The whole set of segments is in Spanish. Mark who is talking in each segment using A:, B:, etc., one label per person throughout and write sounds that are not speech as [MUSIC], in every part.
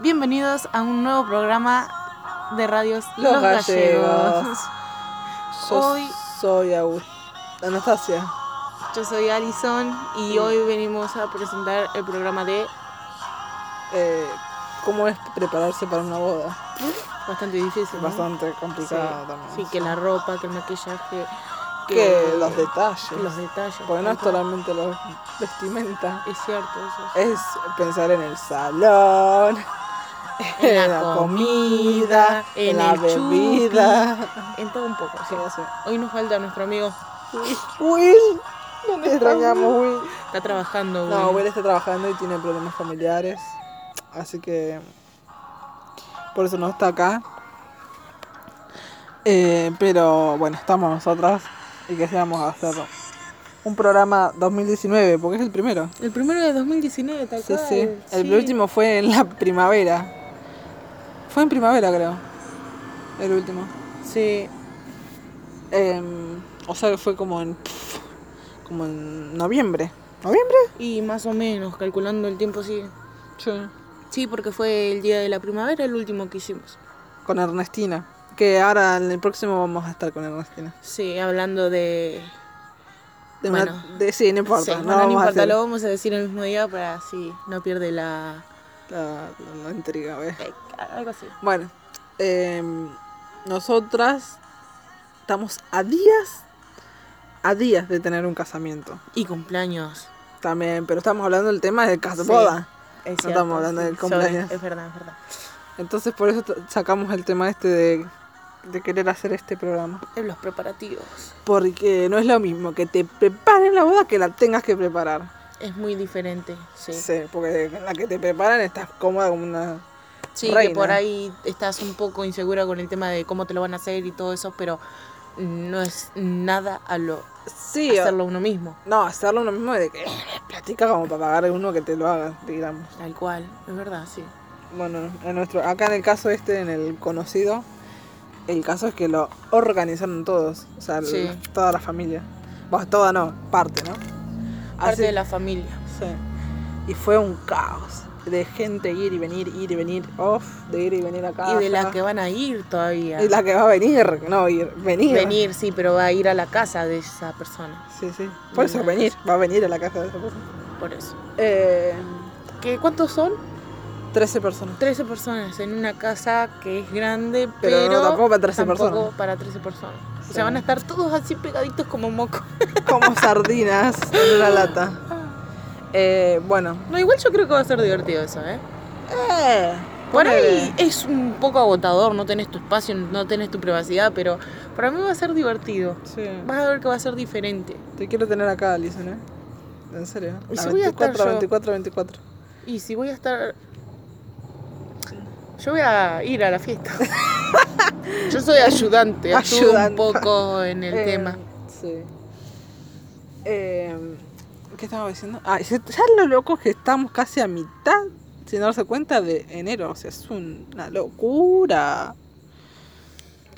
A: Bienvenidos a un nuevo programa de radios Los,
B: Los
A: Gallegos.
B: Gallegos. Yo
A: Hoy-
B: soy Agus- Anastasia.
A: Yo soy Alison y hoy venimos a presentar el programa de
B: Eh, ¿Cómo es prepararse para una boda?
A: bastante difícil. ¿no?
B: Bastante
A: Sí,
B: complicado también.
A: sí, que la ropa, que el maquillaje,
B: Que los detalles.
A: que los detalles.
B: Porque no
A: tal
B: es
A: cual.
B: solamente los vestimentas.
A: Es cierto eso.
B: Es pensar en el salón, [LAUGHS] en la comida, en la
A: el chupi,
B: bebida.
A: en todo un poco. sí.
B: Sí, sí.
A: Hoy nos falta nuestro amigo.
B: Will, no te extrañamos, Will.
A: Está trabajando.
B: No,
A: Will.
B: Will está trabajando y tiene problemas familiares. Así que. Por eso no está acá. Eh, pero bueno, estamos nosotras y queríamos hacer un programa 2019, porque es el primero.
A: El primero de 2019, tal
B: Sí,
A: cual.
B: sí. El
A: sí.
B: último fue en la primavera. Fue en primavera, creo. El último. Sí. Em, o sea que fue como en. Como en noviembre. ¿Noviembre?
A: Y más o menos, calculando el tiempo, sí.
B: Sí.
A: Sí, porque fue el día de la primavera el último que hicimos.
B: con Ernestina. Que ahora en el próximo vamos a estar con Ernestina.
A: Sí, hablando de...
B: De
A: Bueno.
B: una- de- sí, no importa.
A: Sí,
B: no,
A: bueno, no
B: vamos a
A: importa,
B: hacer
A: lo vamos a decir el mismo día para así no pierde la...
B: la, la- la intriga. ¿ves?
A: eh, algo así.
B: Bueno, em, nosotras estamos a días, a días de tener un casamiento.
A: Y cumpleaños.
B: También, pero estamos hablando del tema del caso
A: Sí.
B: boda.
A: Es
B: No estamos hablando del cumpleaños.
A: sobre- es verdad, es verdad.
B: Entonces por eso t- sacamos el tema este de, de querer hacer este programa.
A: En los preparativos.
B: Porque no es lo mismo que te preparen la boda que la tengas que preparar.
A: Es muy diferente, sí. Sí,
B: Sí, porque en la que te preparan estás cómoda como una...
A: que
B: Reina.
A: por ahí estás un poco insegura con el tema de cómo te lo van a hacer y todo eso, pero no es nada a lo
B: Sí,
A: hacerlo uno mismo.
B: no, hacerlo uno mismo de que eh, platica como para pagar a uno que te lo haga, digamos.
A: Tal cual, es verdad, sí.
B: Bueno, en nuestro, acá en el caso este, en el conocido, el caso es que lo organizaron todos, o sea, el-
A: Sí.
B: toda la familia. Bueno, toda no, parte, ¿no?
A: Parte
B: Así-
A: de la familia.
B: Sí. Y fue un caos de gente ir y venir, ir y venir, off, de ir y venir acá.
A: Y de la que van a ir todavía.
B: Y la que va a venir, no ir, venir.
A: Venir, sí, pero va a ir a la casa de esa persona.
B: Sí, sí. Por eso venir, va a venir a la casa de esa persona.
A: Por eso.
B: Eh,
A: ¿Qué, ¿Cuántos son?
B: 13 personas.
A: 13 personas en una casa que es grande, pero,
B: Pero no, tampoco para 13
A: tampoco
B: personas.
A: para 13 personas. O
B: Sí.
A: sea, van a estar todos así pegaditos como moco.
B: [LAUGHS] Como sardinas en una lata. Eh, bueno.
A: No, igual yo creo que va a ser divertido eso, ¿eh?
B: Eh,
A: Por
B: ponele.
A: ahí es un poco agotador, no tenés tu espacio, no tenés tu privacidad, pero para mí va a ser divertido.
B: Sí.
A: Vas a ver que va a ser diferente.
B: Te quiero tener acá, Alison, ¿eh? En serio.
A: Y
B: La
A: si voy a estar
B: 24,
A: yo.
B: 24, 24.
A: Y si voy a estar. Yo voy a ir a la
B: [LAUGHS]
A: fiesta. Yo soy ayudante, ayudo un
B: Ayudante.
A: poco en el
B: Eh,
A: tema.
B: Sí. Eh, ¿Qué estaba diciendo? Ah, ya ya lo loco es que estamos casi a mitad, sin darse cuenta, de enero. O sea, es una locura.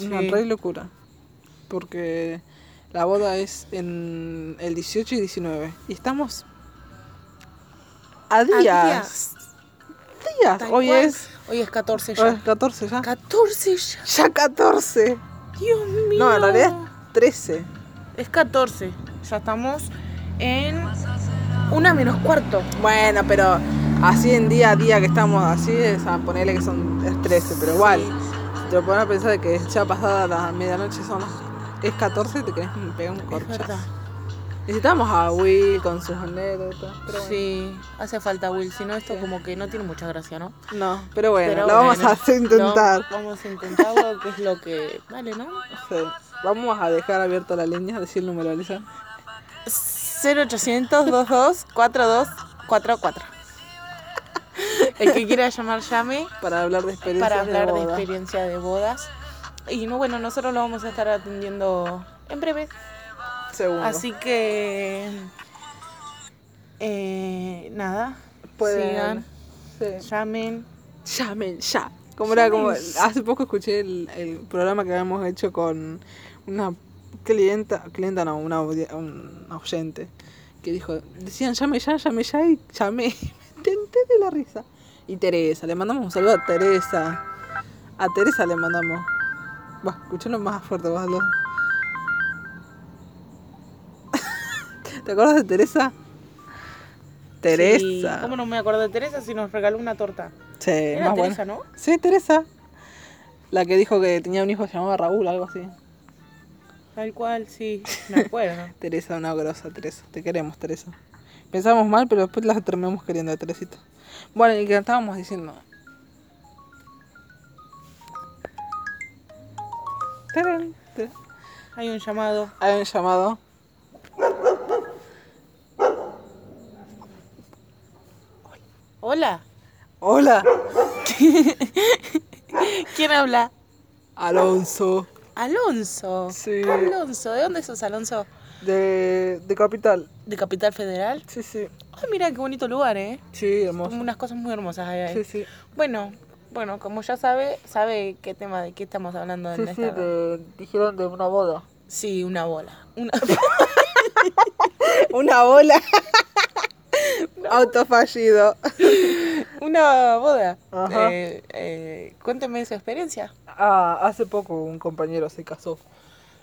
B: Una
A: Sí.
B: re locura. Porque la boda es en el 18 y 19. Y estamos a días. días.
A: Tal
B: Hoy
A: cual.
B: es,
A: Hoy es 14
B: hoy es
A: ya.
B: 14 ya.
A: 14 ya.
B: Ya 14.
A: Dios mío.
B: Ah. No, en realidad es 13.
A: es 14. Ya estamos en una menos cuarto.
B: Bueno, pero así en día a día que estamos así, es a ponerle que son es 13, pero igual. Te lo pones a pensar de que ya pasada la medianoche son las es 14 te querés pegar un
A: Es
B: corchazo.
A: verdad.
B: Necesitamos a Will con sus anécdotas, pero bueno.
A: Sí, hace falta Will, si no esto
B: Sí.
A: como que no tiene mucha gracia, ¿no?
B: No, pero bueno,
A: Pero
B: lo vamos
A: bueno,
B: a hacer intentar.
A: lo vamos a intentarlo, que es lo que vale, ¿no?
B: Sí. Vamos a dejar abierta la línea, decir el número, Alisa.
A: 0800-22-4244. El que quiera llamar, llame
B: Para hablar de experiencias
A: para hablar de,
B: boda.
A: experiencia de bodas. Y no, bueno, nosotros lo vamos a estar atendiendo en breve.
B: Seguro.
A: Así que. eh, nada.
B: Pueden-
A: Sigan,
B: Sí.
A: llamen.
B: Llamen ya. Como era como.
A: Llamen
B: Hace poco escuché el, el programa que habíamos hecho con una clienta, clienta no, una, audi- un [LAUGHS] oyente, que dijo, decían llame ya, llame ya y llamé. Me tenté de la risa. Y Teresa, le mandamos un saludo a Teresa. A Teresa le mandamos. Va, escuchalo más fuerte, vos Aldo. [LAUGHS] ¿Te acuerdas de Teresa?
A: Sí,
B: Teresa.
A: ¿Cómo no me acuerdo de Teresa si nos regaló una torta?
B: Sí,
A: Era
B: más buena.
A: Teresa, ¿no?
B: Sí, Teresa. La que dijo que tenía un hijo que se llamaba Raúl, algo así.
A: Tal cual, sí, me acuerdo.
B: Teresa, una grosa, Teresa. Te queremos, Teresa. Pensamos mal, pero después las terminamos queriendo, Teresita. Bueno, y que estábamos diciendo. Tarán, tarán.
A: Hay un llamado.
B: Hay un llamado.
A: Hola,
B: Hola,
A: ¿quién habla?
B: Alonso.
A: Alonso.
B: Sí.
A: Alonso, ¿de dónde sos, Alonso?
B: De, de Capital.
A: ¿De Capital Federal?
B: Sí, sí.
A: Ay, mira qué bonito lugar, ¿eh?
B: Sí, hermoso.
A: Unas cosas muy hermosas hay ahí.
B: Sí, sí.
A: Bueno, bueno, como ya sabe, sabe qué tema de qué estamos hablando en
B: Sí, sí,
A: esta.
B: de- dijeron de una boda.
A: Sí, una bola. Una... [LAUGHS]
B: Una [LAUGHS] bola. Auto fallido.
A: Una boda.
B: Ajá.
A: Eh, eh, cuénteme su experiencia.
B: Ah, hace poco un compañero se casó.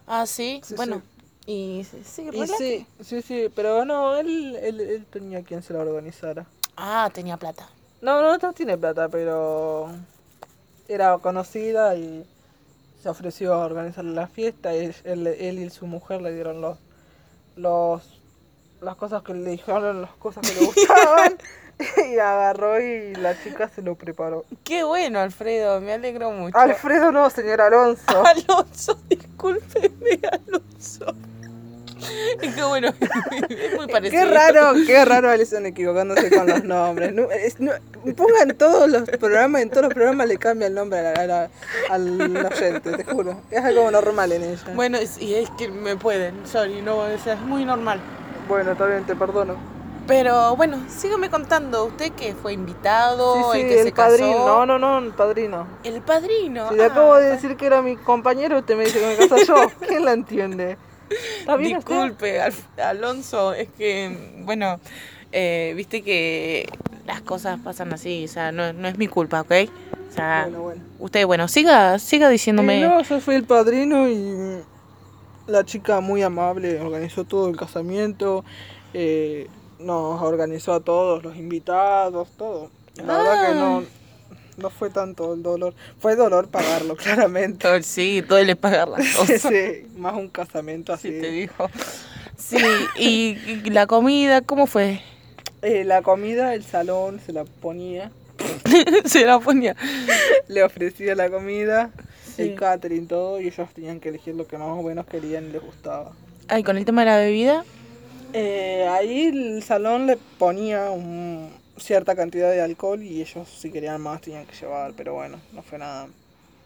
A: Ah, sí.
B: Sí,
A: bueno. Y sí, sí,
B: Y
A: relate.
B: sí, sí, sí, pero no, él, él, él tenía quien se lo organizara.
A: Ah, tenía plata.
B: No, no, no tiene plata, pero era conocida y se ofreció a organizar la fiesta. y él, él- él y su mujer le dieron los, los, las cosas que le dijeron, las cosas que le gustaban. [LAUGHS] y agarró y la chica se lo preparó.
A: Qué bueno, Alfredo. Me alegro mucho.
B: Alfredo no, señor Alonso.
A: Alonso, [LAUGHS] discúlpeme, Alonso. [LAUGHS] Qué bueno. [LAUGHS] Es muy parecido.
B: Qué raro, qué raro Alison equivocándose con los nombres. No, es- no, pongan todos los programas, en todos los programas le cambia el nombre a la- a la- al oyente, te juro. Es algo normal en ella. Bueno,
A: Bueno, es- y es que me pueden. Sorry, no, o sea, es muy normal.
B: está bien, te perdono.
A: Pero bueno, sígame contando. Usted que fue invitado,
B: sí, sí,
A: Oh, el que
B: el
A: se
B: padrino.
A: casó.
B: No, no, no, el padrino.
A: El padrino.
B: Si le
A: ah,
B: acabo de
A: pa-
B: decir que era mi compañero, usted me dice que me casa yo. ¿Quién la entiende? ¿Está bien usted?
A: Disculpe, Al- Alonso, es que, bueno, eh, viste que las cosas pasan así, o sea, no, no es mi culpa, ¿ok? O sea,
B: Bueno, bueno.
A: usted, bueno, siga, siga diciéndome.
B: Y no, yo fui el padrino y la chica muy amable organizó todo el casamiento, eh, nos organizó a todos, los invitados, todo. La verdad que no,
A: Ah.
B: no fue tanto el dolor, fue dolor pagarlo, [LAUGHS] claramente.
A: Todo el- sí, todo el es pagar las [LAUGHS]
B: Sí,
A: cosas.
B: sí, más un casamiento así.
A: Sí, te dijo. Sí, y, y la comida, ¿cómo fue? [LAUGHS]
B: Eh, la comida, el salón, se la ponía, [LAUGHS]
A: Se la ponía.
B: le ofrecía la comida,
A: Sí.
B: el catering, todo, y ellos tenían que elegir lo que más o menos querían y les gustaba.
A: Ay, con el tema de la bebida.
B: Eh, ahí el salón le ponía un- cierta cantidad de alcohol y ellos si querían más tenían que llevar, pero bueno, no fue nada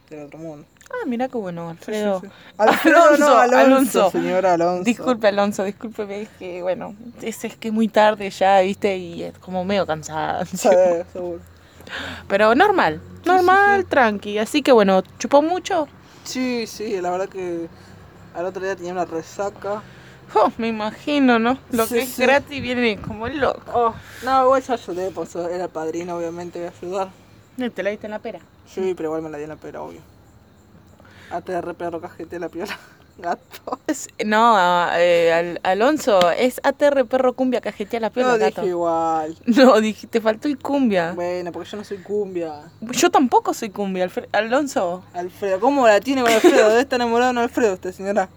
B: del otro mundo.
A: Ah, mira qué bueno, Alfredo.
B: Sí, sí, sí.
A: [LAUGHS]
B: Alfredo,
A: Alonso,
B: no, Alonso,
A: Alonso.
B: señor Alonso.
A: Disculpe, Alonso, discúlpeme, es que, bueno, es, es que es muy tarde ya, viste, y es como medio cansada.
B: Sí,
A: [LAUGHS]
B: seguro.
A: Pero normal, normal, tranqui. Así que bueno, chupó mucho.
B: Sí, sí, la verdad que al otro día tenía una resaca.
A: Oh, me imagino, ¿no? Lo
B: Sí,
A: que es
B: sí.
A: gratis viene como el loco.
B: Oh, no, igual yo ayudé, pues era el padrino, obviamente voy a ayudar.
A: Te la diste en la pera.
B: Sí, pero igual me la di en la pera, obvio. ATR perro cajete la piola. [LAUGHS] Gato.
A: no, a- eh, al- Alonso, es ATR perro cumbia cajetea la piola,
B: No
A: gato.
B: dije igual.
A: No, dije, te faltó el cumbia.
B: Bueno, porque yo no soy cumbia.
A: Yo tampoco soy cumbia, Alfre- Alonso.
B: Alfredo, ¿cómo la tiene con Alfredo? Debe estar enamorado de un Alfredo usted, señora.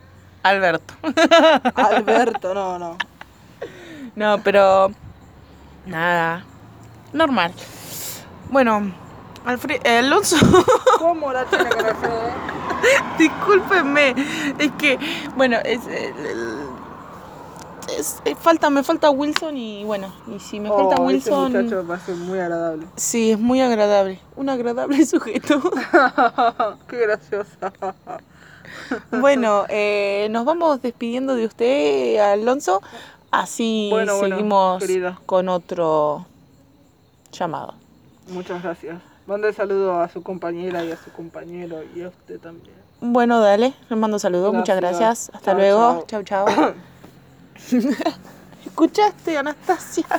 A: Alberto. [LAUGHS]
B: Alberto, no, no.
A: No, pero. Nada. Normal. Bueno, Alfre- eh, Alonso, [LAUGHS]
B: ¿Cómo la tiene con Alfredo? eh?
A: discúlpenme. Es que, bueno, es. el- el- es- eh, falta, me falta Wilson y bueno, y si me falta Wilson.
B: Ese Oh, este muchacho me parece muy agradable. [LAUGHS]
A: Sí, es muy agradable. Un agradable [LAUGHS] sujeto.
B: Qué graciosa.
A: bueno, eh, nos vamos despidiendo de usted, Alonso. Así
B: Bueno, bueno,
A: seguimos
B: querida.
A: con otro llamado.
B: [LAUGHS] Muchas gracias. Mande saludo a su compañera y a su compañero y a usted también.
A: Bueno, dale, les mando saludos, muchas gracias.
B: Gracias.
A: Hasta
B: Chao,
A: [COUGHS] luego. Chau, chau. ¿Escuchaste, Anastasia?
B: [LAUGHS]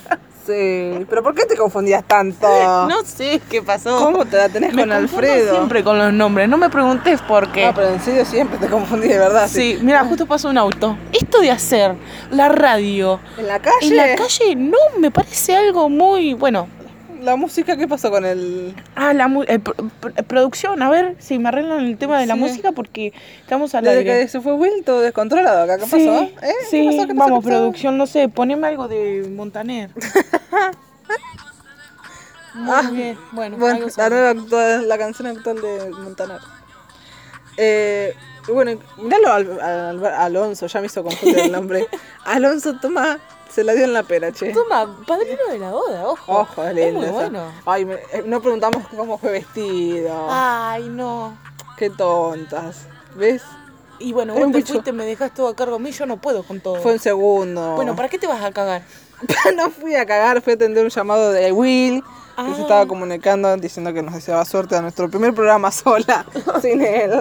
B: Sí, pero ¿por qué te confundías tanto?
A: No sé qué pasó.
B: Ah. ¿Cómo te la tenés
A: Me
B: con
A: confundo
B: Alfredo?
A: siempre con los nombres, no me preguntes por qué.
B: Ah, pero en serio siempre te confundí de verdad.
A: Sí, mira, justo pasó un auto. Esto de hacer la radio
B: ¿En la calle?
A: en la calle no me parece algo muy bueno.
B: ¿La música qué pasó con el...?
A: Ah, la mu- eh, pro- pro- producción, a ver si me arreglan el tema de la
B: Sí.
A: música porque estamos al
B: Desde
A: aire.
B: que se fue Will, todo descontrolado acá. ¿Qué
A: Sí,
B: pasó? ¿Eh? ¿Qué
A: sí,
B: pasó? ¿Qué pasó?
A: vamos,
B: ¿Qué pasó?
A: producción, no sé, poneme algo de
B: [LAUGHS]
A: Montaner. Muy
B: Ah,
A: bien, bueno,
B: Bueno,
A: algo
B: la,
A: sobre-
B: nueva actual- la canción actual de Montaner. Eh, y bueno, miralo al, al- al- Alonso, ya me hizo confundir
A: [LAUGHS]
B: el nombre. Alonso, toma, se la dio en la pera, che.
A: Toma, padrino de la boda, ojo.
B: Ojo, es lindo
A: muy
B: eso.
A: bueno. Ah.
B: Ay, me- eh, no preguntamos cómo fue vestido.
A: Ay, no.
B: Qué tontas. ¿Ves?
A: Y bueno,
B: Es
A: vos te
B: mucho.
A: fuiste, me dejas todo a cargo a mí, yo no puedo con todo.
B: Fue un segundo.
A: Bueno, ¿para qué te vas a cagar?
B: [LAUGHS] no fui a cagar, fui a atender un llamado de Will. Que
A: Ah.
B: se estaba comunicando diciendo que nos deseaba suerte a nuestro primer programa sola, [LAUGHS] sin él.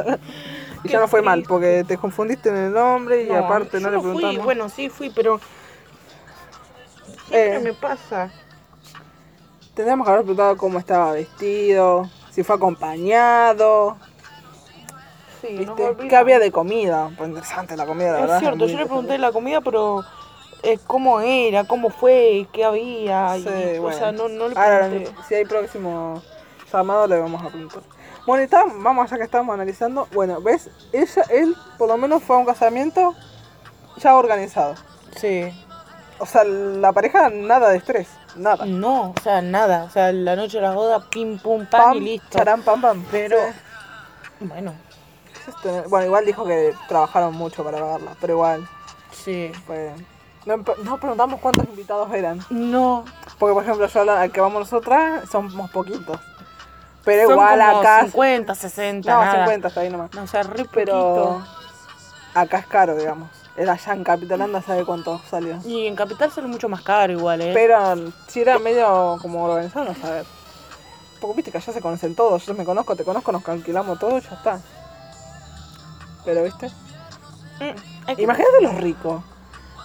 B: Y
A: Qué
B: ya no fue mal,
A: triste.
B: porque te confundiste en el nombre y aparte
A: yo
B: no le preguntamos.
A: fui, bueno, sí fui, pero
B: Eh,
A: siempre me pasa.
B: Tendríamos que haber preguntado cómo estaba vestido, si fue acompañado,
A: Sí, nos
B: ¿viste?
A: volvimos.
B: qué había de comida. Fue interesante la comida, la verdad.
A: Es cierto,
B: muy
A: yo le pregunté
B: interesante.
A: la comida, pero eh, cómo era, cómo fue, qué había. y-
B: Sí,
A: O
B: bueno.
A: sea, no, no le
B: Ahora,
A: pregunté.
B: si hay próximo llamado, le vamos a preguntar. Bueno, y está- vamos allá que estábamos analizando. Bueno, ¿ves? Ella, él por lo menos fue a un casamiento ya organizado.
A: Sí.
B: O sea, la pareja nada de estrés, nada.
A: No, o sea, nada. O sea, la noche de la boda, pim, pum, pam, y listo.
B: charán, pam, pam.
A: Pero-
B: Sí.
A: Bueno,
B: Eso es tener- Bueno, igual dijo que trabajaron mucho para pagarla, pero igual
A: sí.
B: fue... No, no preguntamos cuántos invitados eran.
A: No,
B: Porque, por ejemplo, yo la- al que vamos nosotras somos poquitos. Pero
A: son
B: igual
A: como
B: acá...
A: 50, 60,
B: no,
A: nada.
B: 50 está ahí nomás.
A: No, o sea, re
B: Pero
A: poquito.
B: acá es caro, digamos. Era allá en Capital Anda, sabe cuánto salió.
A: Y en Capital sale mucho más caro igual, ¿eh?
B: Pero mm, si era medio como organizado, no saber. Porque viste que allá se conocen todos. Yo me conozco, te conozco, nos calculamos todo y ya está. Pero viste.
A: Mm, hay que-
B: Imagínate los ricos.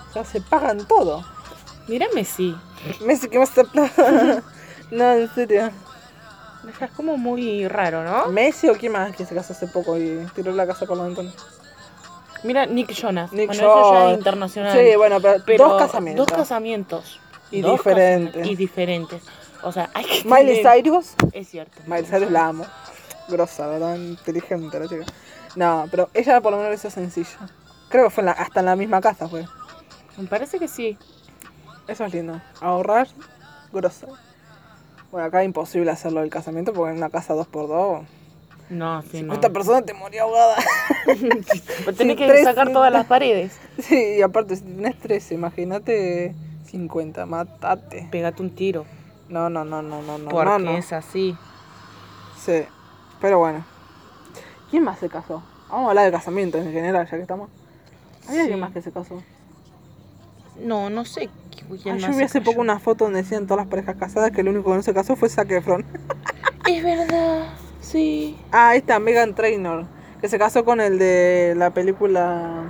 B: O sea, se pagan todo.
A: Mírame sí.
B: Messi, ¿qué más te plata? no, en serio.
A: O sea, es como muy raro, ¿no?
B: Messi o quién más que se casó hace poco y tiró la casa por la ventana.
A: Mira Nick Jonas.
B: Nick
A: bueno, eso ya
B: Jonas.
A: es internacional.
B: Sí, bueno, pero,
A: Pero
B: dos casamientos.
A: Dos casamientos.
B: Y
A: Dos
B: diferentes.
A: casamientos Y diferentes. O sea, hay que
B: Miley
A: tener-
B: Cyrus
A: Es cierto.
B: Miley Cyrus la amo. Grosa, ¿verdad? Inteligente la chica. No, pero ella por lo menos lo hizo sencillo. Creo que fue en la- hasta en la misma casa fue.
A: Me parece que sí.
B: Eso es lindo. Ahorrar, grosa. Bueno, acá es imposible hacerlo del casamiento porque en una casa 2x2,
A: No, sí, no.
B: esta persona te murió ahogada.
A: Pero
B: [LAUGHS]
A: tenés
B: sí,
A: que
B: tres-
A: sacar todas las paredes.
B: sí, y aparte, si tenés 13, imagínate 50, matate.
A: Pegate un tiro.
B: No, no, no, no, no, no.
A: porque
B: no, no.
A: es así.
B: Sí, pero bueno. ¿Quién más se casó? Vamos a hablar de casamiento en general, ya que estamos. ¿Hay alguien
A: Sí.
B: más que se casó?
A: No, no sé quién
B: Ah,
A: más
B: yo vi
A: se
B: hace
A: cayó.
B: poco una foto donde decían todas las parejas casadas que el único que no se casó fue Zac Efron. [LAUGHS]
A: Es verdad. Sí.
B: Ah, esta Megan Trainor, que se casó con el de la película.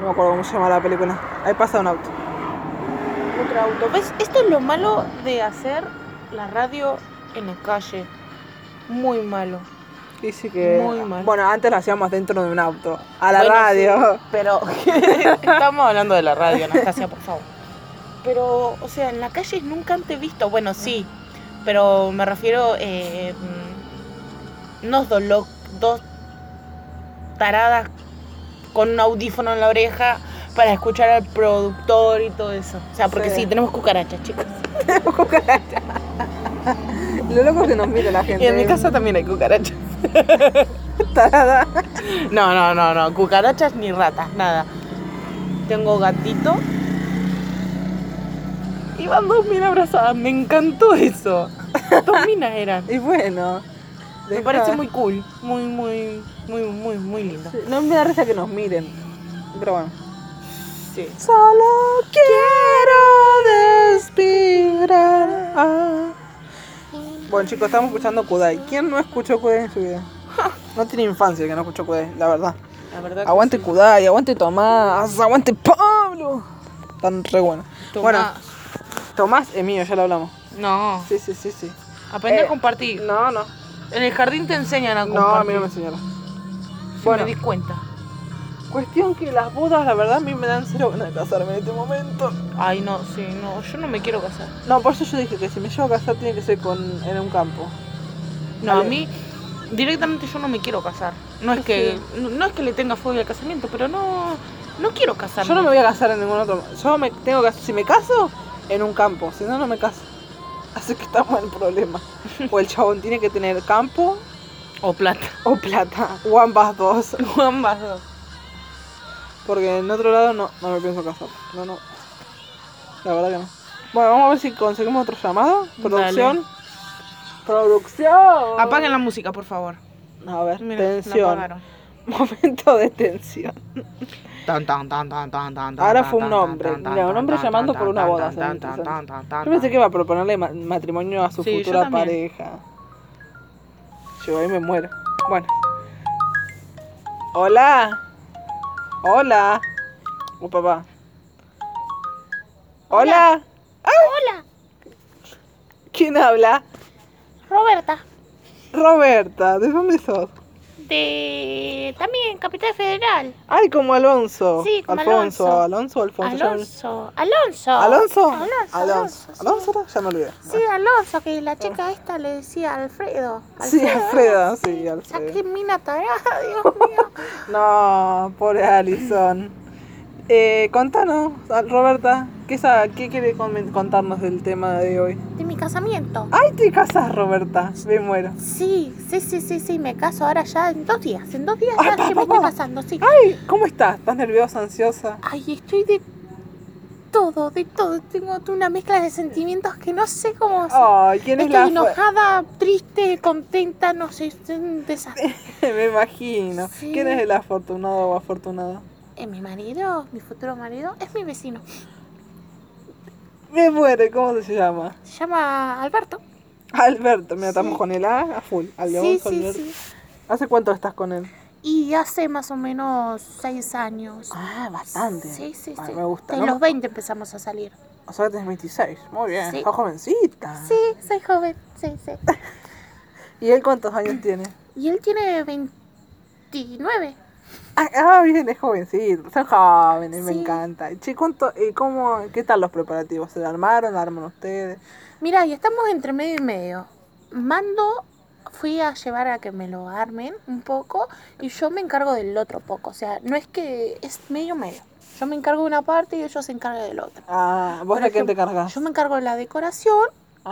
B: No me acuerdo cómo se llama la película. Ahí pasa un auto.
A: Otro auto. ¿Ves? Esto es lo malo de hacer la radio en la calle. Muy malo.
B: Dice que.
A: Muy mal.
B: Bueno, antes lo hacíamos dentro de un auto. A la
A: Bueno,
B: radio. [LAUGHS]
A: sí, [LAUGHS] pero estamos hablando de la radio, Anastasia, por favor. Pero, o sea, en la calle es nunca antes visto. Bueno, sí, pero me refiero. Eh, mm, unos dos, lo- dos taradas con un audífono en la oreja para escuchar al productor y todo eso. O sea, porque
B: Sí.
A: sí, tenemos cucarachas, chicos.
B: Lo loco es que nos mira la
A: [LAUGHS]
B: gente.
A: Y en mi casa también hay cucarachas.
B: [LAUGHS] Tarada.
A: No, no, no, no, cucarachas ni ratas, nada. Tengo gatito. Y van dos minas abrazadas, me encantó eso.
B: [LAUGHS]
A: Dos minas eran.
B: ¿eh? Y bueno.
A: Me
B: deja-
A: parece muy cool, muy, muy, muy, muy, muy lindo.
B: No me da risa que nos miren. Pero bueno.
A: Sí.
B: Solo quiero despirar. Ah. Bueno, chicos, estamos escuchando Kudai. ¿Quién no escuchó Kudai en su vida? No tiene infancia el que no escuchó Kudai, la verdad.
A: La verdad. que
B: Aguante
A: sí.
B: Kudai, aguante Tomás, aguante Pablo. Tan re bueno.
A: Tomás.
B: Bueno, Tomás es mío, ya lo hablamos.
A: No,
B: Sí, sí, sí, sí.
A: aprende
B: Eh,
A: a compartir.
B: No, no.
A: En el jardín te enseñan a
B: No, a
A: compartir.
B: mí no me enseñaron.
A: Sí,
B: Bueno.
A: me di cuenta.
B: Cuestión que las bodas, la verdad, a mí me dan cero ganas de casarme en este momento.
A: Ay, no, sí, no, yo no me quiero casar.
B: No, por eso yo dije que si me llevo a casar tiene que ser con, en un campo.
A: No,
B: Dale.
A: a mí directamente yo no me quiero casar. No es
B: Sí,
A: que
B: sí.
A: no, no es que le tenga fobia al casamiento, pero no no quiero casarme.
B: Yo no me voy a casar en ningún otro. Yo me tengo que si me caso en un campo, si no no me caso. [LAUGHS] Así que estamos en el problema. O el chabón tiene que tener campo
A: o plata. [LAUGHS]
B: o plata, o ambas dos,
A: Ambas dos.
B: porque en otro lado no no me pienso casar. No, no. La verdad que no. Bueno, vamos a ver si conseguimos otro llamado. Producción. Producción.
A: Apaguen la música, por favor.
B: A ver,
A: Mira, la
B: tensión.
A: apagaron.
B: [LAUGHS] Momento de tensión.
C: Tan, tan, tan, tan, tan, tan,
B: Ahora
C: tan,
B: fue un
C: tan,
B: hombre.
C: tan, tan,
B: Mira, un
C: tan,
B: hombre
C: tan,
B: llamando
C: tan,
B: por una
C: tan,
B: boda,
C: tan,
B: se me
C: tan,
B: interesante.
C: tan, tan, tan,
B: Yo pensé
C: tan.
B: que iba a proponerle ma- matrimonio a su
A: Sí, yo
B: futura
A: también.
B: pareja. Yo ahí me muero. Bueno. Hola. Hola. Oh, papá. Hola.
D: Hola,
B: ¿Quién habla?
D: Roberta,
B: Roberta. ¿De dónde sos?
D: de también Capital Federal.
B: Ay, como Alonso.
D: Sí, como
B: Alfonso. Alonso. Alfonso. ya me-
D: Alonso,
B: Alonso.
D: Alonso. Alonso.
B: Alonso.
D: Alonso.
B: Alonso era? ya me olvidé.
D: Sí, Alonso, que la chica esta le decía Alfredo.
B: Sí, Alfredo. Sí,
D: O sea,
B: Alfredo.
D: qué mina tarada, [LAUGHS]
B: [LAUGHS]
D: Dios mío.
B: No, pobre Alison. Eh, contanos, a- Roberta, ¿qué, sa- qué quiere comen- contarnos del tema de hoy?
D: De mi casamiento.
B: ¡Ay, te casas, Roberta! Me muero.
D: Sí, sí, sí, sí, sí, me caso ahora ya en dos días. En dos días
B: Ah,
D: ya
B: pa, pa,
D: que me estoy
B: pa.
D: casando, sí.
B: ¡Ay! ¿Cómo estás? ¿Estás nerviosa, ansiosa?
D: Ay, estoy de todo, de todo. Tengo una mezcla de sentimientos que no sé cómo...
B: ¡Ay, quién es
D: Estoy
B: Oh, la.? fue-
D: enojada, triste, contenta, no sé, es un desastre.
B: [LAUGHS] Me imagino.
D: Sí.
B: ¿Quién es el afortunado o afortunada?
D: Eh, mi marido, mi futuro marido, es mi vecino.
B: Me muero, ¿cómo se llama?
D: Se llama Alberto.
B: Alberto, mira, estamos
D: Sí.
B: con el Ah, A a full.
D: Sí,
B: Alonso,
D: sí,
B: Alberto.
D: sí.
B: ¿Hace cuánto estás con él?
D: Y hace más o menos seis años.
B: Ah,
D: Sí, sí, sí.
B: Ah, me gusta,
D: De
B: ¿no?
D: los 20 empezamos a salir.
B: O sea, tenés 26. Muy bien,
D: Sí.
B: estás jovencita.
D: Sí, soy joven, sí,
B: [LAUGHS]
D: sí.
B: ¿Y él cuántos años tiene?
D: Y él tiene 29.
B: Ah, ah, bien, es jovencito, son jóvenes, me
D: Sí.
B: encanta. Che, ¿cuánto, eh, cómo, ¿qué tal los preparativos? ¿Se armaron? ¿La arman ustedes?
D: Mira, y estamos entre medio y medio. Mando fui a llevar a que me lo armen un poco y yo me encargo del otro poco. O sea, no es que es medio medio. Yo me encargo de una parte y ellos se encargan del otro.
B: Ah, ¿vos
D: Por
B: de quién te
D: ejemplo,
B: cargas?
D: Yo me encargo de la decoración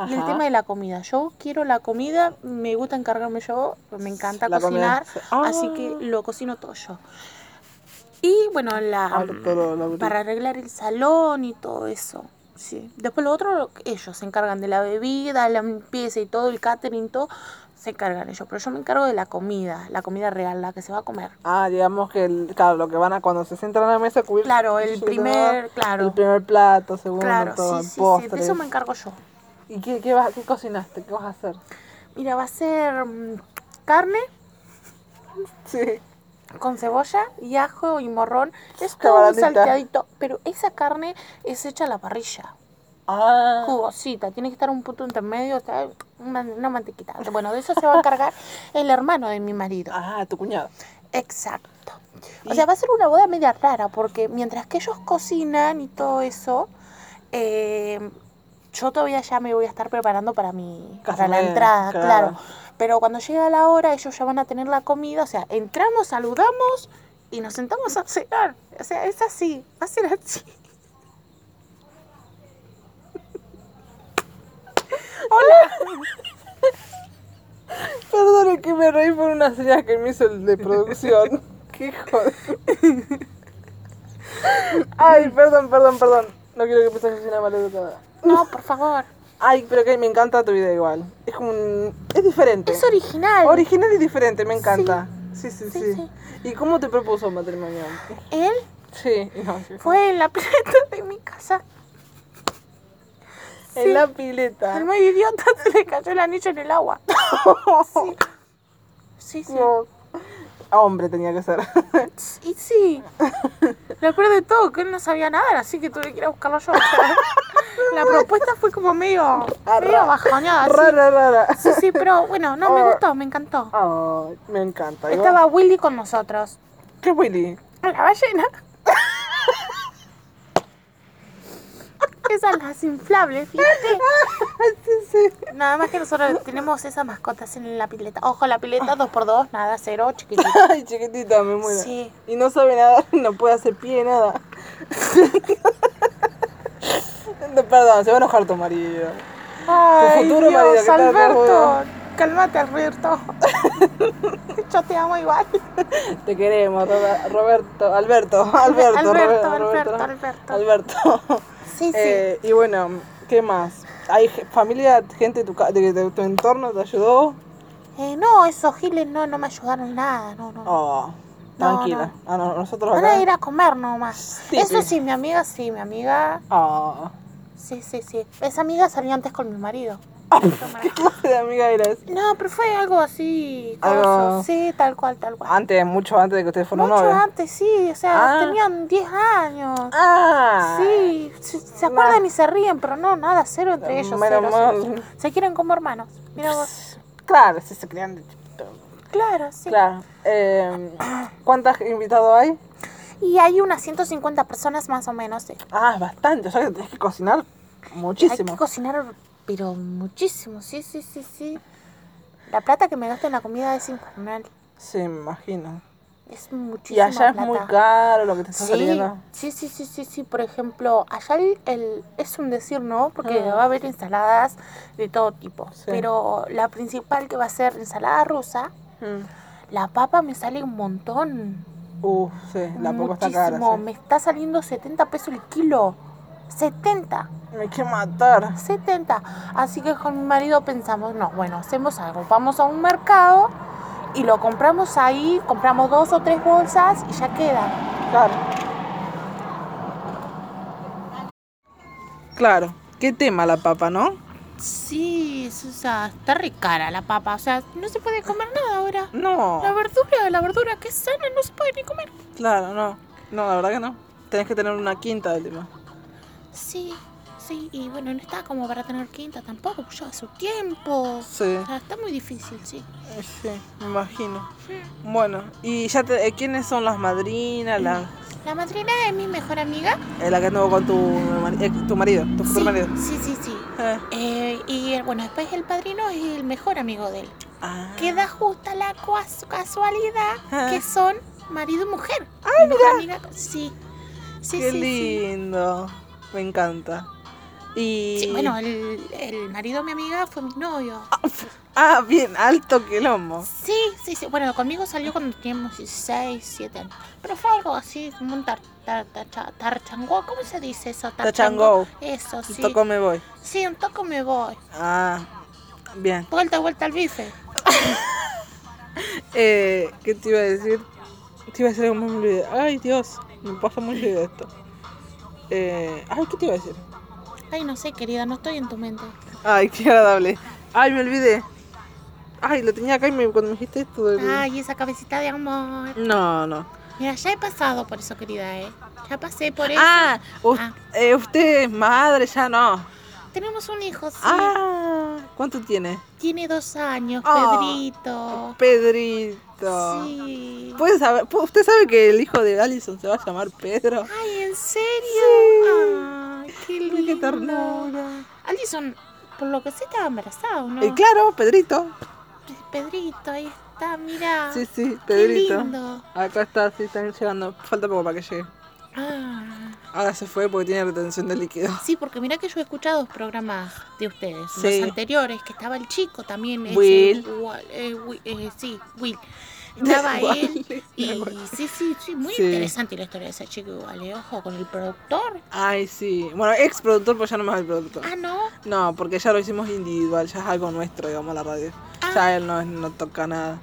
D: y el
B: Ajá.
D: tema de la comida. Yo quiero la comida, me gusta encargarme yo, me encanta
B: La comida.
D: cocinar,
B: Ah.
D: así que lo cocino todo yo. Y bueno, la,
B: Ah, todo lo-
D: para arreglar el salón y todo eso. Sí. Después lo otro, lo- ellos se encargan de la bebida, la limpieza y todo, el catering, todo, se encargan ellos. Pero yo me encargo de la comida, la comida real, la que se va a comer.
B: Ah, digamos que, el, claro, lo que van a, cuando se sientan a la mesa, cubrir...
D: Claro, el
B: llenar
D: primer,
B: El
D: claro.
B: primer plato, segundo,
D: Claro,
B: todo,
D: sí,
B: el
D: sí, sí,
B: postre.
D: de eso me encargo yo.
B: ¿Y qué, qué, vas, qué cocinaste? ¿Qué vas a hacer?
D: Mira, va a ser mm, carne
B: Sí.
D: con cebolla y ajo y morrón. Es
B: Qué
D: todo un
B: baratita.
D: salteadito, pero esa carne es hecha a la parrilla.
B: Ah,
D: jugosita, tiene que estar un punto intermedio, está una, una mantequita. Bueno, de eso se va a encargar el hermano de mi marido.
B: ah tu cuñado.
D: Exacto. O
B: Y-
D: sea, va a ser una boda media rara, porque mientras que ellos cocinan y todo eso, eh, yo todavía ya me voy a estar preparando para mi para la
B: Casamiento,
D: entrada,
B: claro.
D: claro. Pero cuando llega la hora, ellos ya van a tener la comida, o sea, entramos, saludamos y nos sentamos a cenar. O sea, es así, va a ser así.
B: Perdón, es que me reí por unas señas que me hizo el de producción. [LAUGHS] Qué joder. Ay, perdón, perdón, perdón. No quiero que pienses que soy una maleducada.
D: [LAUGHS] No, por favor.
B: Ay, pero que me encanta tu idea igual. Es como un... Es diferente.
D: Es original.
B: Original y diferente, me encanta. Sí, sí, sí.
D: Sí, sí.
B: ¿Y cómo te propuso matrimonio?
D: Él
B: Sí, no, sí.
D: fue en la planta de mi casa.
B: En la pileta.
D: El muy idiota se le cayó el anillo en el agua. Sí. Sí, sí.
B: No. Ah, [LAUGHS] Hombre tenía que ser.
D: Y sí. Lo peor de todo, que él no sabía nada, así que tuve que ir a buscarlo yo. O sea, La propuesta fue como medio,
B: Ah, ra-
D: medio bajoneada. sí.
B: Rara, rara.
D: Sí, sí, pero bueno, no, me
B: Ah.
D: gustó, me encantó.
B: Ay, me encanta. Igual-
D: Estaba Willy con nosotros.
B: ¿Qué Willy?
D: La ballena. Esas las inflables, fíjate. Nada más que nosotros tenemos esas mascotas en la pileta. Ojo, la pileta 2x2, nada, cero, chiquitito.
B: [LAUGHS] Ay, chiquitita, me muero.
D: Sí.
B: Y no sabe nadar, [LAUGHS] no puede hacer pie, nada. [LAUGHS] No, Perdón, se va a enojar tu marido.
D: Ay,
B: futuro marido, ¿qué
D: Dios,
B: tal,
D: Alberto.
B: boludo?
D: Cálmate, Alberto. [LAUGHS] Yo te amo igual.
B: Te queremos, Roba- Roberto, Alberto, [LAUGHS] Alberto,
D: Alberto,
B: Roberto,
D: Alberto,
B: Roberto,
D: Alberto.
B: Alberto.
D: Sí, sí.
B: [LAUGHS] Eh, y bueno, ¿qué más? ¿Hay ge- familia, gente de tu, ca- de, de tu entorno te ayudó?
D: Eh, no, esos giles no, no me ayudaron en nada, no, no.
B: Oh, tranquila. Ah, no, nosotros
D: Van a
B: acá.
D: ir a comer nomás.
B: Sí,
D: Eso
B: sí.
D: sí, mi amiga, sí, mi amiga.
B: Oh, [LAUGHS]
D: Sí, sí, sí. Esa amiga salió antes con mi marido.
B: ¿qué clase de amiga eras?
D: No, pero fue algo así.
B: Algo- Ah,
D: coso. Sí, tal cual, tal cual.
B: Antes, mucho antes de que ustedes fueron
D: Mucho
B: novios.
D: antes, sí. O sea,
B: Ah.
D: tenían 10 años.
B: Ah,
D: Sí, se, se
B: Nah.
D: acuerdan y se ríen, pero no, nada, cero entre ellos.
B: Menos
D: cero, cero,
B: mal.
D: cero. Se quieren como hermanos. Mira vos.
B: Claro, sí se crean de chiquito.
D: Claro, sí.
B: Claro. Eh, ¿Cuántas invitados hay?
D: Y hay unas 150 personas más o menos. sí.
B: Ah, bastante. O sea que tenés que cocinar
D: Hay que
B: muchísimo.
D: cocinar, pero muchísimo. Sí, sí, sí, sí. La plata que me gasto en la comida es infernal.
B: Sí, me imagino.
D: Es muchísimo.
B: Y allá es muy caro lo que te está
D: Sí,
B: saliendo.
D: sí, sí, sí, sí, sí. Por ejemplo, allá el, el- es un decir, ¿no? Porque va a haber ensaladas de todo tipo.
B: Ah. Sí.
D: Pero la principal que va a ser ensalada rusa,
B: Mm.
D: la papa me sale un montón.
B: Uh, sí, la popa está cara.
D: Muchísimo.
B: sí.
D: Me está saliendo 70 pesos el kilo. 70,
B: Me quiero matar.
D: 70. Así que con mi marido pensamos, no, bueno, hacemos algo. Vamos a un mercado y lo compramos ahí, compramos dos o tres bolsas y ya queda.
B: Claro. Claro. ¿Qué tema la papa, no?
D: Sí, es- o sea, está re cara la papa. O sea, no se puede comer nada ahora.
B: No.
D: La verdura, la verdura que es sana, no se puede ni comer.
B: Claro, no. No, la verdad que no. Tenés que tener una quinta del tema.
D: Sí, sí, y bueno, no está como para tener quinta tampoco, pues lleva su tiempo.
B: Sí.
D: O sea, Ah, está muy difícil, sí.
B: Eh, Sí, me imagino. Bueno, y ya te, eh, ¿quiénes son las madrinas? La,
D: La madrina es mi mejor amiga.
B: eh, la que anduvo con tu, mari- eh, tu marido, tu futuro
D: Sí,
B: marido.
D: sí, sí, sí.
B: Eh,
D: Eh, y eh, bueno, después el padrino es el mejor amigo de él.
B: ah.
D: Que da justa la cuas- casualidad
B: Ah.
D: que son marido y mujer. Ay, mi mejor amiga, sí. Sí,
B: Qué
D: sí, sí.
B: lindo. Me encanta. Y.
D: Sí, bueno, el, el marido de mi amiga fue mi novio.
B: Ah, bien, alto quilombo.
D: Sí, sí, sí. Bueno, conmigo salió cuando teníamos 16, 7 años. Pero fue algo así, como un tar, tar- tacha- tarchangó. ¿Cómo se dice eso?
B: Tarchangó.
D: Eso, sí.
B: Tocó me voy.
D: Sí, un toco me voy.
B: Ah, bien.
D: Vuelta, vuelta al bife.
B: Eh, ¿Qué te iba a decir? Te iba a decir algo más, me olvidé. Ay, Dios, me pasa muy olvidado esto. Eh, ay, ¿qué te iba a decir?
D: Ay, no sé, querida, no estoy en tu mente.
B: Ay, qué agradable. Ay, me olvidé. Ay, lo tenía acá y me, cuando me dijiste esto. del-
D: Ay, esa cabecita de amor.
B: No, no.
D: Mira, ya he pasado por eso, querida, ¿eh? Ya pasé por eso.
B: Ah, us-
D: Ah.
B: eh, usted es madre, ya no.
D: Tenemos un hijo, sí.
B: Ah, ¿cuánto tiene?
D: Tiene dos años,
B: Ah.
D: Pedrito.
B: Pedrito.
D: Oh. Sí.
B: ¿Puede saber, pu- ¿Usted sabe que el hijo de Allison se va a llamar Pedro?
D: Ay, ¿en serio? Ay, qué
B: Ay, ¡Qué
D: lindo.
B: ternura!
D: Alison, por lo que sé, estaba embarazada, ¿o no?
B: Y claro, Pedrito.
D: Pedrito, ahí está, mira.
B: Sí, sí,
D: Ah, Qué
B: Pedrito.
D: lindo.
B: Acá está, sí, están llegando. Falta poco para que llegue.
D: Ah,
B: Ahora se fue porque tiene retención de líquido.
D: sí, porque mira que yo he escuchado dos programas de ustedes,
B: Sí.
D: los anteriores, que estaba el chico también. ese,
B: Will.
D: Wal- eh, Wi- eh, sí,
B: [LAUGHS]
D: Will. Estaba él. Y sí, sí, sí, muy
B: Sí.
D: interesante la historia de ese chico igual, eh, ojo, con el productor.
B: Ay, sí. Bueno, ex productor, pues ya no más el productor.
D: Ah, no.
B: No, porque ya lo hicimos individual, ya es algo nuestro, digamos, la radio.
D: Ah.
B: Ya él no, es- no toca nada.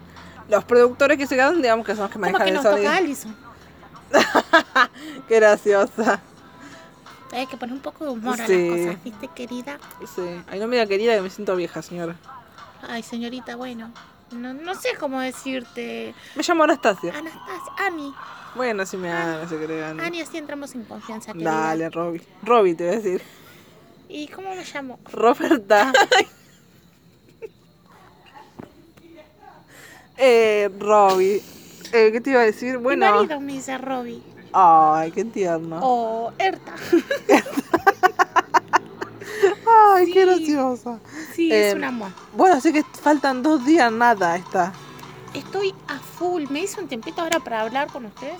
B: Los productores que se quedan, digamos que son los que
D: Como
B: manejan
D: que
B: el
D: nos toca
B: sonido.
D: Alison.
B: [LAUGHS] Qué graciosa.
D: Hay que poner un poco de humor
B: Sí.
D: a las cosas, ¿viste, querida?
B: Sí. Ay, no me diga querida que me siento vieja, señora.
D: Ay, señorita, bueno. No, no sé cómo decirte.
B: Me llamo Anastasia.
D: Anastasia, Ani.
B: Bueno, si me dan, no se crean.
D: Ani, así entramos en confianza, Ah. querida.
B: Dale, Robbie. Robbie te voy a decir.
D: ¿Y cómo me llamo? [LAUGHS]
B: Roberta. eh, Robbie. Eh, ¿Qué te iba a decir?
D: Mi
B: Bueno. ¿Ah?
D: marido me dice Robbie.
B: Ay, qué tierno.
D: O Erta.
B: Ay, qué
D: sí.
B: graciosa.
D: Sí, es
B: Em,
D: un amor.
B: Bueno, así que faltan dos días nada está.
D: Estoy a full. Me hice un tiempito ahora para hablar con ustedes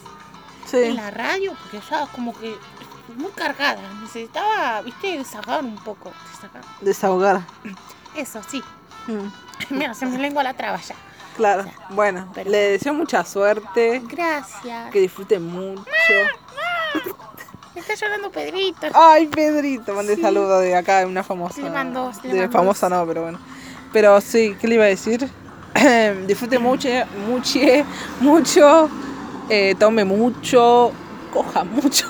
B: Sí.
D: en la radio, porque ya como que muy cargada. Necesitaba, viste, desahogar un poco. Desahogar.
B: Desahogar.
D: Eso, sí. [LAUGHS]
B: Mm,
D: Mira, se me lengua la traba ya.
B: Claro. Bueno,
D: Pero-
B: le deseo mucha suerte.
D: Gracias.
B: Que disfrute mucho.
D: Me está llorando Pedrito.
B: Ay, Pedrito, mandé
D: Sí.
B: saludo de acá, de una famosa.
D: Le mandó, le
B: de
D: mandó.
B: famosa no, pero bueno. Pero sí, ¿qué le iba a decir? [CLEARS THROAT] Disfrute mucho, mucho, mucho, eh, tome mucho, coja mucho.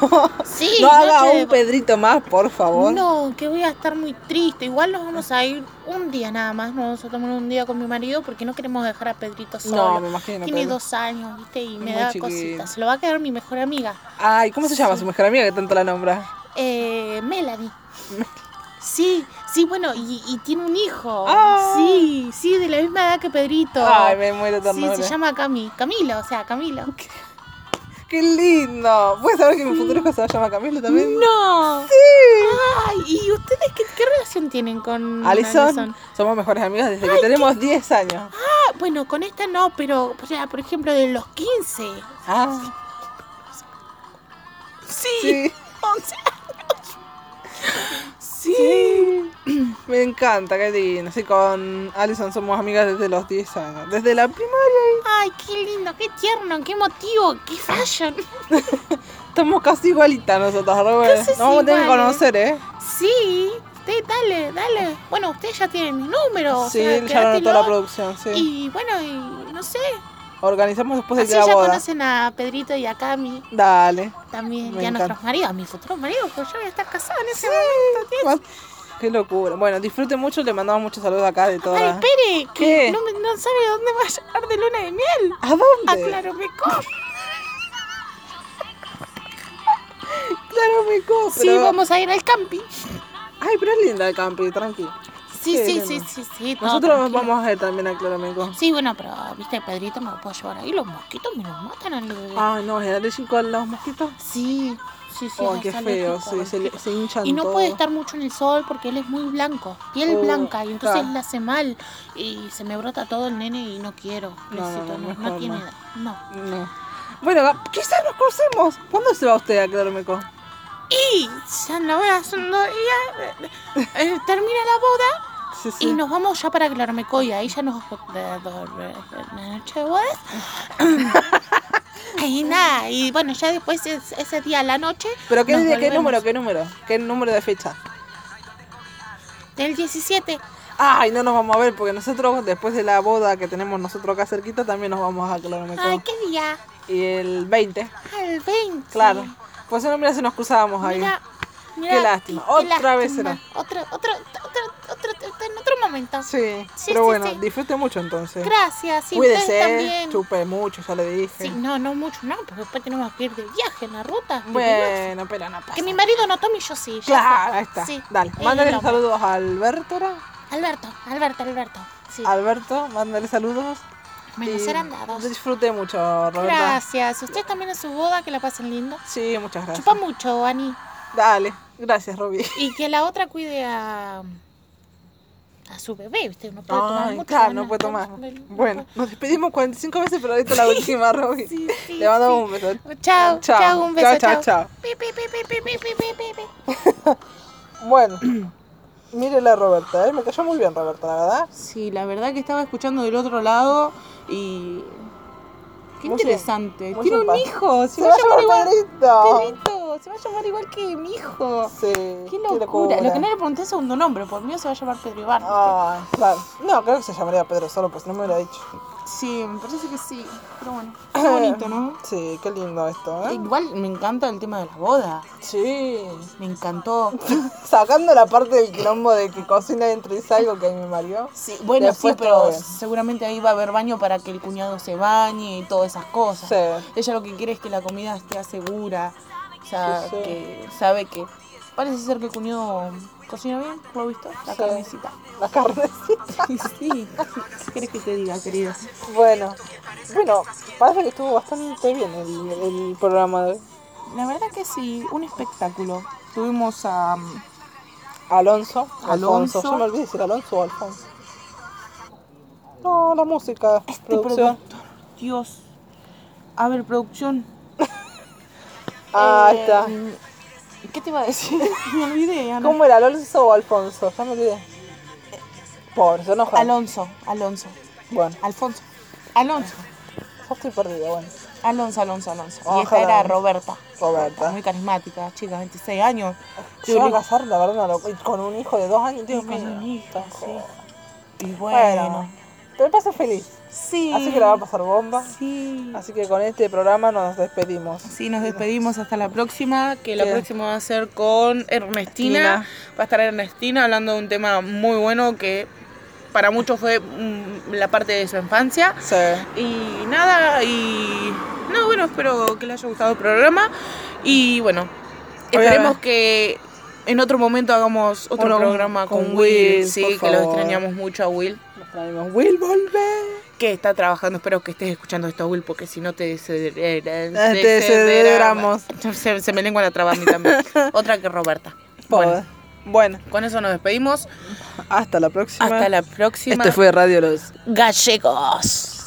D: Sí,
B: no haga
D: noche de-
B: un Pedrito más, por favor.
D: No, que voy a estar muy triste. Igual nos vamos a ir un día nada más. Nos vamos a tomar un día con mi marido porque no queremos dejar a Pedrito
B: No,
D: solo.
B: me imagino.
D: Tiene
B: Pedro.
D: dos años, ¿viste? Y me
B: Muy
D: da
B: chiquito.
D: cositas. Se lo va a quedar mi mejor amiga,
B: Ay, ¿cómo se llama
D: Sí.
B: su mujer amiga que tanto la nombra?
D: eh, Melanie. Sí, sí, bueno, y, y tiene un hijo.
B: Ah.
D: Sí, sí, de la misma edad que Pedrito.
B: Ay, me muero de
D: sí,
B: ternura.
D: se llama Cami. Camilo, o sea, Camilo.
B: Qué lindo. ¿Puedes saber que mi futuro hijo se va a llamar Camilo también?
D: ¡No!
B: Sí.
D: Ay, ¿y ustedes qué, qué relación tienen con
B: Alison, somos mejores amigas desde que tenemos 10 años.
D: Ah, bueno, con esta no, pero, o sea, por ejemplo, de los 15.
B: Ah,
D: Sí.
B: sí.
D: 11 Sí.
B: Me encanta, qué lindo. Sí, con Alison somos amigas desde los 10 años. Desde la primaria
D: Ay, qué lindo, qué tierno, qué emotivo, qué fashion.
B: estamos casi igualitas nosotras, Robert.
D: Casi
B: Nos vamos a tener que
D: iguales.
B: conocer, ¿eh?
D: Sí, sí, dale, dale. Bueno, ustedes ya tienen mi número. o
B: sí,
D: sea,
B: ya lo anotó
D: quédatelo.
B: la producción, sí.
D: Y bueno, y no sé.
B: Organizamos después
D: Así
B: de la
D: ya
B: boda.
D: conocen a Pedrito y a Cami
B: Dale.
D: también.
B: Me
D: y a
B: encanta.
D: nuestros maridos, a mis futuros maridos, porque pues yo voy a estar casada en ese
B: Bueno, Qué locura. Bueno, disfrute mucho, le mandamos muchos saludos acá de todas.
D: Ay,
B: las-
D: espere, que
B: ¿Qué?
D: No, me- no sabe dónde va a llegar de luna de miel.
B: ¿A dónde?
D: A Claro Mecó.
B: Claro, mi co,
D: Sí,
B: pero-
D: vamos a ir al camping.
B: Ay, pero es linda el campi, tranqui.
D: Sí,
B: Qué
D: sí,
B: lindo.
D: sí, sí, sí. todo
B: Nosotros
D: tranquilo.
B: vamos a ir también a Claromeco.
D: Sí, bueno, pero viste, Pedrito me lo puedo llevar ahí. Los mosquitos me los matan al bebé.
B: Ah, no, es alérgico a los mosquitos.
D: Sí, sí, sí.
B: Ay,
D: es
B: qué feo,
D: alérgico,
B: sí, se,
D: alérgico.
B: le- se hinchan
D: Y no
B: todo.
D: puede estar mucho en el sol porque él es muy blanco, piel
B: Oh,
D: blanca, y entonces
B: claro.
D: le hace mal. Y se me brota todo el nene y no quiero.
B: No, no,
D: Necesito,
B: no,
D: no, no,
B: mejor
D: tiene
B: no.
D: edad. No.
B: No. Bueno, va- quizás nos crucemos. ¿Cuándo se va usted a Claromeco?
D: Y ya no veas, son dos días. eh, eh, termina la boda
B: Sí,
D: y nos vamos ya para Clarmeco y ahí ya nos de- de- de- la noche
B: [LAUGHS]
D: de bodas. y nada, y bueno, ya después es- ese día a la noche
B: Pero ¿qué,
D: nos
B: de- ¿qué
D: volvemos.
B: número? ¿Qué número? ¿Qué número de fecha?
D: del 17.
B: Ay, no nos vamos a ver porque nosotros después de la boda que tenemos nosotros acá cerquita también nos vamos a Claromeco.
D: Ay, qué día.
B: Y el 20,
D: Al 20.
B: claro. Pues eso no mira si nos cruzábamos ahí.
D: Mira, mira,
B: Qué lástima. Otra vez será.
D: Otro, otro, otro, otro, otro- en otro momento.
B: Sí,
D: Sí,
B: pero
D: sí,
B: bueno,
D: sí.
B: disfrute mucho entonces.
D: Gracias, y ustedes
B: Cuídese,
D: también.
B: chupe mucho, ya le dije.
D: Sí, no, no mucho, no, porque después tenemos que ir de viaje en la ruta. peligroso.
B: bueno, pero no pasa.
D: Que mi marido no tome y yo sí. ya
B: Claro,
D: está.
B: ahí está.
D: Sí.
B: Dale,
D: Eh,
B: mándale
D: lo-
B: saludos a Alberto. ¿era?
D: Alberto, Alberto, Alberto. Sí.
B: Alberto, mándale saludos.
D: Me
B: y
D: los serán dados.
B: Disfrute mucho, Roberta.
D: Gracias. Ustedes también a su boda, que la pasen lindo.
B: Sí, muchas gracias.
D: Chupa mucho, Ani.
B: Dale, gracias, Robbie.
D: Y que la otra cuide a. a su bebé, ¿viste? No puede
B: [LAUGHS]
D: tomar
B: Ay,
D: mucho.
B: claro,
D: van
B: no
D: a-
B: puede tomar.
D: no
B: Bueno, nos despedimos 45 veces, pero ahorita la última, Robbie.
D: Sí, sí,
B: Le mandamos
D: sí.
B: un beso.
D: Chao, chao, un beso.
B: Chao, chao, chao.
D: Pi, pi, pi, pi, pi, pi, pi, pi, pi.
B: Bueno, [CLEARS THROAT] mírela, Roberta, ¿eh? me cayó muy bien, Roberta, la verdad.
A: Sí, la verdad que estaba escuchando del otro lado y. Qué
B: Muy
A: interesante.
B: muy
A: Tiene un
B: simpático.
A: hijo. Se,
B: Se
A: va a llamar igual.
B: Pedrito.
A: Pedrito, Se va a llamar igual que mi hijo.
B: Sí.
A: Qué locura. Lo que no le pregunté es segundo nombre. Por mí se va a llamar Pedro Ibar.
B: Ay, claro. No, creo que se llamaría Pedro solo, pues no me lo ha dicho.
A: Sí, me parece que sí. Pero [CLEARS THROAT] bueno, qué bonito, ¿no?
B: Sí, qué lindo esto, ¿eh?
A: Igual me encanta el tema de la boda.
B: Sí.
A: Me encantó.
B: Sacando la parte del quilombo de que cocina dentro y salgo que me mareó.
A: Sí, bueno,
B: Después
A: sí, pero
B: todo bien.
A: seguramente ahí va a haber baño para que el cuñado se bañe y todas esas cosas.
B: Sí.
A: Ella lo que quiere es que la comida esté segura, o sea,
B: Sí, sí.
A: que sabe que Parece ser que el cuñado cocina bien, por lo visto, la
B: Sí. [LAUGHS]
A: carnecita.
B: La carne.
A: Y sí, ¿qué querés que te diga, querido?
B: bueno, bueno, parece que estuvo bastante bien el, el programa de
A: La verdad que sí, un espectáculo. Tuvimos a... um,
B: Alonso.
A: Alonso.
B: Alfonso. Yo me olvidé de decir Alonso o Alfonso. No, la música.
A: Este
B: producción.
A: productor. Dios. A ver, producción.
B: Ah, ahí está.
A: Eh, ¿Qué te iba a decir? [LAUGHS] Me olvidé, Ana.
B: ¿Cómo era Alonso o Alfonso? Ya me olvidé. Pobre, se enoja.
A: Alonso, Alonso,
B: Bueno,
A: Alfonso. Alonso,
B: ya estoy perdida, bueno.
A: Alonso, Alonso, Alonso. Y esta
B: Ojalá.
A: era Roberta.
B: Roberta.
A: Muy carismática, chica, 26 años.
B: Se va a casar, la verdad, no lo- y con un hijo de dos años, Dios
A: Con un
B: mío.
A: hijo, sí. Y bueno.
B: Bueno, pero pasa feliz.
A: Sí.
B: Así que la va a pasar bomba.
A: Sí.
B: Así que con este programa nos despedimos.
A: Sí, nos despedimos hasta la próxima, que la
B: Bien.
A: próxima va a ser con Ernestina.
B: Nina.
A: Va a estar Ernestina hablando de un tema muy bueno que para muchos fue mm, la parte de su infancia.
B: Sí.
A: Y nada, y no, bueno, espero que les haya gustado el programa. Y bueno, esperemos
B: Obviamente.
A: que en otro momento hagamos otro
B: Uno con-
A: programa con,
B: con
A: Will,
B: Will,
A: sí,
B: por
A: que lo
B: favor.
A: extrañamos mucho a Will,
B: Nos traemos Will volver.
A: que está trabajando. Espero que estés escuchando esto, Will, porque si no te
B: Ah, Te
A: desederamos.
B: desederamos.
A: Se, se me lengua la traba a mí
B: [LAUGHS]
A: también. Otra que Roberta. Bueno,
B: Pobre. Bueno,
A: con eso nos despedimos.
B: hasta la próxima.
A: Hasta la próxima.
B: Este fue Radio Los.
A: Gallegos.